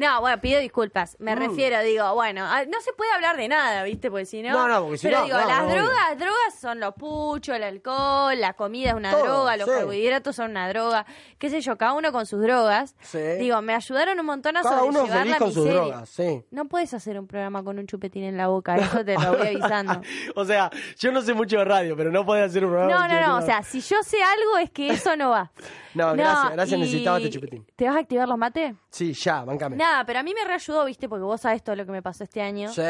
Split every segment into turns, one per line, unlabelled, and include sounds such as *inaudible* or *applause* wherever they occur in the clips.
No, bueno, pido disculpas.
Mm.
Me refiero, digo, bueno, a- no se puede hablar de nada, ¿viste? Porque si no.
No, no, porque si
pero
no,
digo,
no,
las
no,
drogas, drogas son los puchos, el alcohol, la comida es una
Todo,
droga, los
sí.
carbohidratos son una droga, qué sé yo, cada uno con sus drogas.
Sí.
Digo, me ayudaron un montón a
Cada uno
sobrellevar
feliz
la
con sus
miseria.
drogas, sí.
No puedes hacer un programa con un chupetín en la boca, *laughs* eso te
*laughs*
lo voy avisando.
o sea, yo no sé mucho de radio, pero no podés hacer un
No,
programa.
no, no, o sea, si yo sé algo es que eso no va.
*laughs* No, gracias, gracias,
y-
necesitaba este chupetín.
¿Te vas a activar los mates?
Sí, ya, bancame.
Nada, pero a mí me reayudó, viste, porque vos sabés todo lo que me pasó este año.
Sí.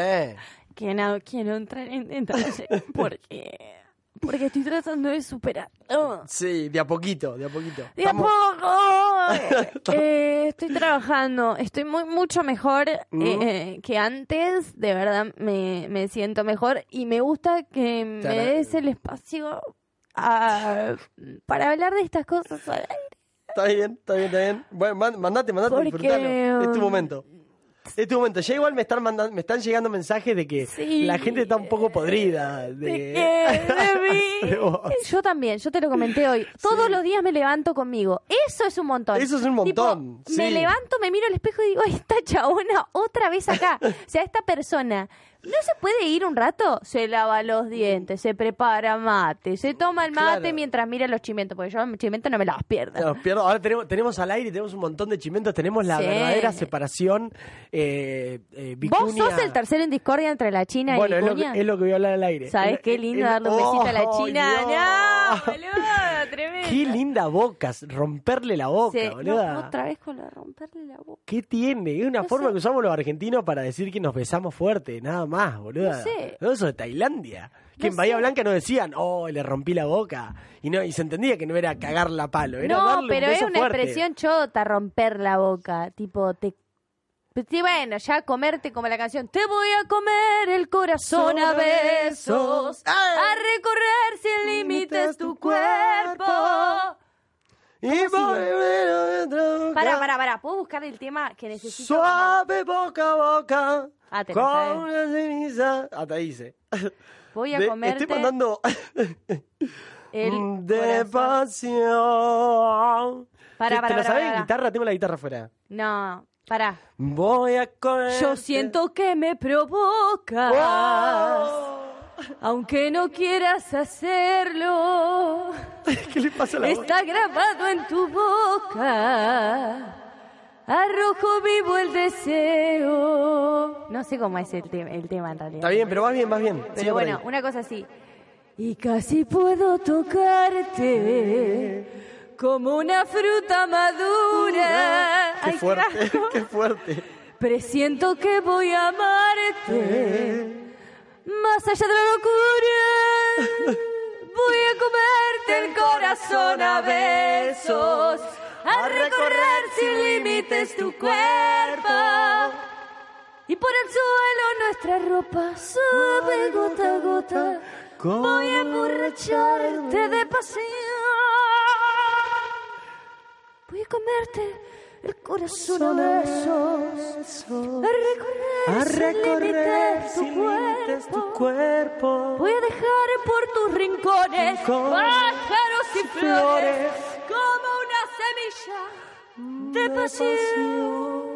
Que no quiero entrar en detalle porque, porque estoy tratando de superarlo.
Sí, de a poquito, de a poquito.
¡De a
Estamos-
poco! Eh, estoy trabajando, estoy muy mucho mejor eh, eh, que antes, de verdad me, me siento mejor y me gusta que me
Tara.
des el espacio a- para hablar de estas cosas al aire.
Está bien, está bien, está bien. Bueno, man- mandate, mandate,
Porque,
disfrutalo. Es tu
um, *laughs*
momento. Es tu momento. Ya igual me están mandando, me están llegando mensajes de que
Sí.
la gente está un poco podrida. De,
¿De
*laughs*
qué? De mí.
de vos.
Yo también, yo te lo comenté hoy. Todos los días me levanto conmigo. Eso es un montón.
Eso es un
Tipo,
montón, sí.
Me levanto, me miro al espejo y digo, "Ay, esta chabona otra vez
*laughs*
acá. o sea, esta persona. ¿No se puede ir un rato? Se lava los dientes, se prepara mate, se toma el mate
Claro.
mientras mira los chimentos, porque yo los chimentos no me los pierdo.
Nos pierdo. Ahora tenemos, tenemos al aire, tenemos un montón de chimentos, tenemos la
Sí.
verdadera separación. Eh, eh,
Vos
vicuña.
sos el tercero en discordia entre la China
Bueno,
y
es lo,
Vicuña.
que, es lo que voy a hablar al aire.
¿Sabés
El-
qué
el-
lindo
el-
darle un besito a la
¡Oh,
China?
Dios!
¡No, boludo! Tremendo.
Qué linda boca, romperle la boca,
Sí, no,
boluda.
otra vez con lo de romperle la boca.
¿Qué tiene? Es una
No
forma
sé.
que usamos los argentinos para decir que nos besamos fuerte, nada más, boluda.
No sé.
Eso de Tailandia. Que
No
en Bahía
sé.
Blanca no decían, oh, le rompí la boca. Y no y se entendía que no era cagar la palo, era darle
No,
un
pero es
beso
una
fuerte.
expresión chota romper la boca. Tipo, te. Pues Sí, bueno, ya comerte como la canción. Te voy a comer el corazón a besos.
¡Ay!
A recorrer sin límites tu cuerpo.
Y volver dentro-
Pará, pará, pará. ¿Puedo buscar el tema que necesito?
Suave boca a boca.
Ah, te lo sabes.
con la ceniza. Hasta ahí dice. *laughs*
Voy
De-
a comerte
Estoy mandando *laughs* Mm,
el
de
corazón.
pasión.
Pará,
¿Te-
pará,
¿Te lo
pará,
sabes en
pará.
guitarra? Tengo la guitarra afuera.
No, pará.
Voy a correr.
Yo siento que me provocas. Aunque no quieras hacerlo,
*laughs* ¿Qué le pasa a la voz?
está grabado en tu boca. Arrojo vivo el deseo. No sé cómo es el, tema el tema en realidad.
Está bien, pero vas bien, vas bien.
Pero
Sigue por
bueno,
ahí.
una cosa así. Y casi puedo tocarte como una fruta madura.
*laughs* Qué
Ay,
fuerte,
carajo.
*laughs* qué fuerte.
Presiento que voy a amarte más allá de la locura. Voy a comerte el corazón a besos, a recorrer sin límites tu cuerpo. Y por el suelo nuestra ropa sube gota a gota. Voy a emborracharte de pasión. Voy a comerte el corazón a besos, a
A
recorrer,
recorrer
sin
sin
límites
límites
tu
tu
cuerpo.
cuerpo.
Voy a dejar por tus rincones
Rincones,
pájaros y flores
flores,
como una semilla de pasión.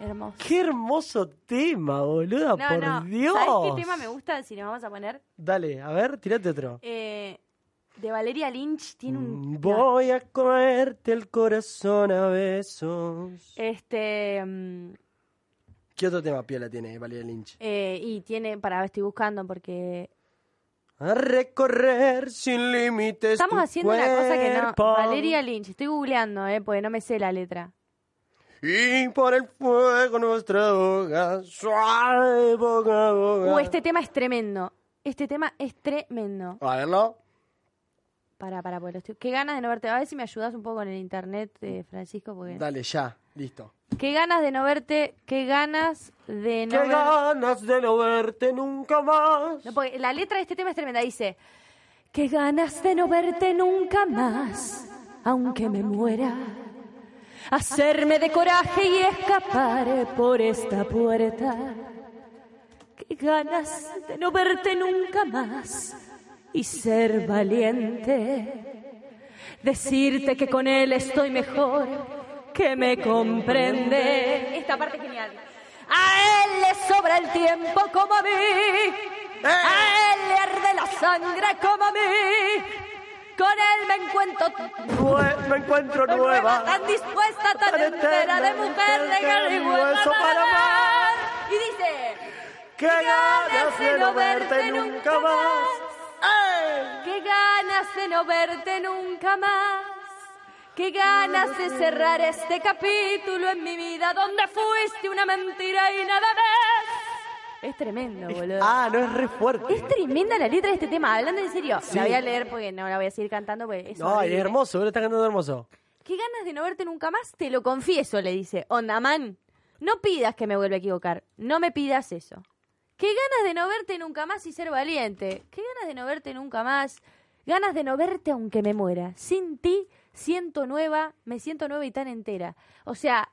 Hermoso.
Qué hermoso tema, boluda,
No,
Oh, por
no.
Dios.
¿Sabes qué tema me gusta? Si le vamos a poner
Dale, a ver, tirate otro. Mm,
eh, de Valeria Lynch tiene un
Voy a comerte el corazón a besos.
este mm,
¿Qué otro tema piola tiene Valeria Lynch?
eh, y tiene para estoy buscando porque
A recorrer sin límites.
estamos
tu
haciendo una cosa que no
cuerpo.
Valeria Lynch estoy googleando eh porque no me sé la letra
Y por el fuego nuestra boca, suave boca a boca.
uh, este tema es tremendo este tema es tremendo
A verlo.
para para porque lo estoy- qué ganas de no verte a ver si me ayudas un poco con el internet eh, Francisco porque
Dale, ya, listo.
qué ganas de no verte qué ganas de no
Qué
ver-
ganas de no verte nunca más.
No, porque la letra de este tema es tremenda. Dice: Qué ganas de no verte nunca más, aunque me muera. Hacerme de coraje y escapar por esta puerta. Qué ganas de no verte nunca más y ser valiente. Decirte que con él estoy mejor que me comprende. Esta parte es genial. A él le sobra el tiempo como a mí. Eh. A él le arde la sangre como a mí. Con él me encuentro
Nue- me encuentro
tan nueva,
nueva.
tan dispuesta, tan,
tan
entera de
eterna,
mujer de
entera
carne y
y
hueso
hueso
para
para
amar. Y dice,
Que ganas de no verte nunca más.
Qué ganas de no verte nunca más. Qué ganas de cerrar este capítulo en mi vida donde fuiste una mentira y nada más. Es tremendo, boludo.
Ah, no es re fuerte.
Es tremenda la letra de este tema, hablando en serio. La voy a leer porque no la voy a seguir cantando porque es
No, es
horrible.
hermoso, pero está cantando hermoso.
Qué ganas de no verte nunca más, te lo confieso, le dice. Onda, man, no pidas que me vuelva a equivocar. No me pidas eso. Qué ganas de no verte nunca más y ser valiente. Qué ganas de no verte nunca más. Ganas de no verte aunque me muera. Sin ti, siento nueva, me siento nueva y tan entera. O sea,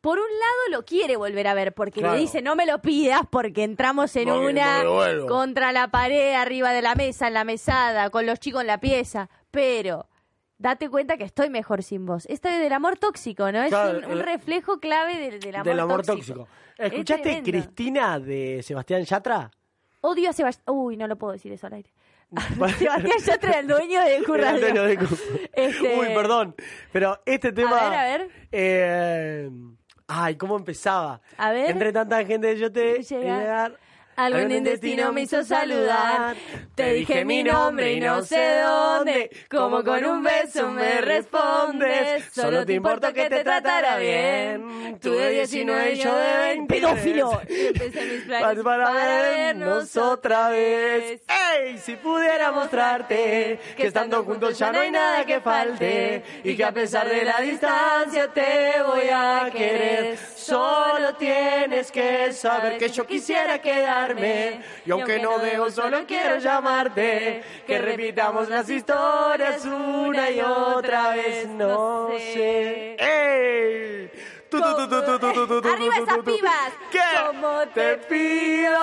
por un lado lo quiere volver a ver porque
Claro.
le dice no me lo pidas porque entramos en
No, que
una
no me vuelvo.
contra la pared, arriba de la mesa, en la mesada, con los chicos en la pieza. Pero date cuenta que estoy mejor sin vos. Esto es del amor tóxico, ¿no? Es
Claro,
un, un
el-
reflejo clave del, del amor,
Del amor
tóxico.
tóxico.
Es
¿Escuchaste
tremendo.
Cristina de Sebastián Yatra?
Odio a Sebastián. Uy, no lo puedo decir eso al
*laughs*
aire. *laughs* Sebastián Yatra, el dueño de
Era
Curra.
el dueño de Cu.
Este-
Uy, perdón. Pero este tema.
ver, a ver.
eh, ay, ¿cómo empezaba?
A ver.
Entre tanta gente yo te.
Llegar.
llegar.
Algún destino me hizo saludar. Te dije mi nombre y no sé dónde. Como con un beso me respondes. Solo te importa que te tratara bien. Tú de 19 y yo de 20. *laughs*
¡Pedófilo!
Y empecé mis planes
Para, para vernos otra vez. ¡Ey! Si pudiera mostrarte que estando juntos ya no hay nada que falte y que a pesar de la distancia te voy a querer. Solo tienes que saber que yo quisiera quedarme y aunque no debo solo quiero llamarte. Que repitamos las historias una y otra vez. No sé. ¡Ey! Tu, tu, tu, tu, tu, tu, tu, tu, tu,
Arriba
tu, tu,
esas
tu, tu.
pibas.
¿Qué?
Como te
te pido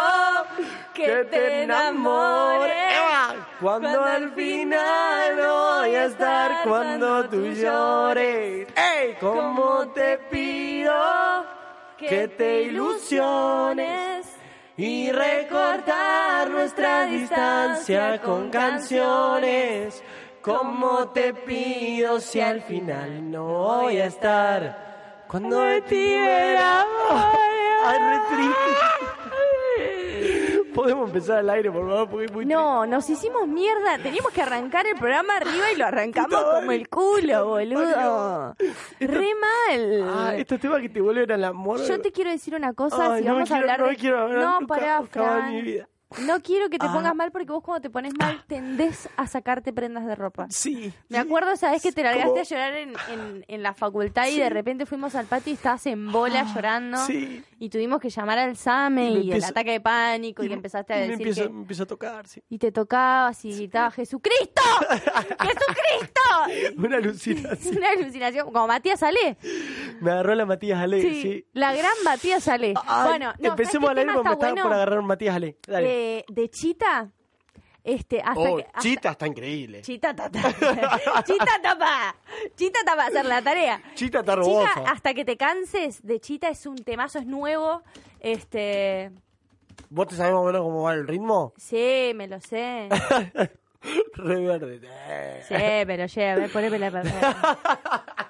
que te enamores
Eva.
cuando al final no voy a estar cuando tú llores. ¡Ey! Como te pido que te ilusiones y recortar nuestra distancia con canciones. Como te pido si al final no voy a estar cuando de ti me enamore. Ay, re triste. *laughs* Podemos empezar al aire, por favor, porque es muy
No, nos hicimos mierda. Teníamos que arrancar el programa arriba y lo arrancamos como el culo, boludo. Re mal.
Ah, estos temas que te vuelven al amor.
Yo te quiero decir una cosa,
Ay,
si
no
vamos
quiero-
a hablar
no
de...
quiero hablar
no,
nunca,
pará,
nunca más en
Fran.
mi vida.
No quiero que te
Ah.
pongas mal porque vos cuando te pones mal tendés a sacarte prendas de ropa.
Sí.
Me acuerdo esa vez que te largaste
como-
a llorar en, en- en la facultad y de repente fuimos al patio y estabas en bola llorando
Ah, sí.
y tuvimos que llamar al SAME
Y me
y, el
empiezo-
ataque de pánico y, que empezaste a
y me
decir
empiezo,
que-
me empiezo a tocar, sí. *laughs*
Y te tocabas y gritabas, ¡Jesucristo! ¡Jesucristo!
Una alucinación.
Una alucinación, como Matías Ale.
Me agarró la Matías Ale, sí.
Sí, la gran Matías Ale.
Ay,
bueno, no,
Ah, empecemos a
¿sabes qué
leer
tema
porque
está
me estaba
bueno?
por agarrar un Matías Ale. Dale.
Eh, de Chita, este, hasta
oh,
que... hasta-
Chita está increíble.
Chita tata. *laughs* Chita tapa. Chita tapa hacer la tarea.
Chita está
Chita,
hermosa.
hasta que te canses de Chita es un temazo, es nuevo. Este,
¿Vos te sabés más o menos cómo va el ritmo? *laughs*
sí, me lo sé.
Re verde. Eh. *laughs*
Sí, me lo sé, a ver, poneme eh, la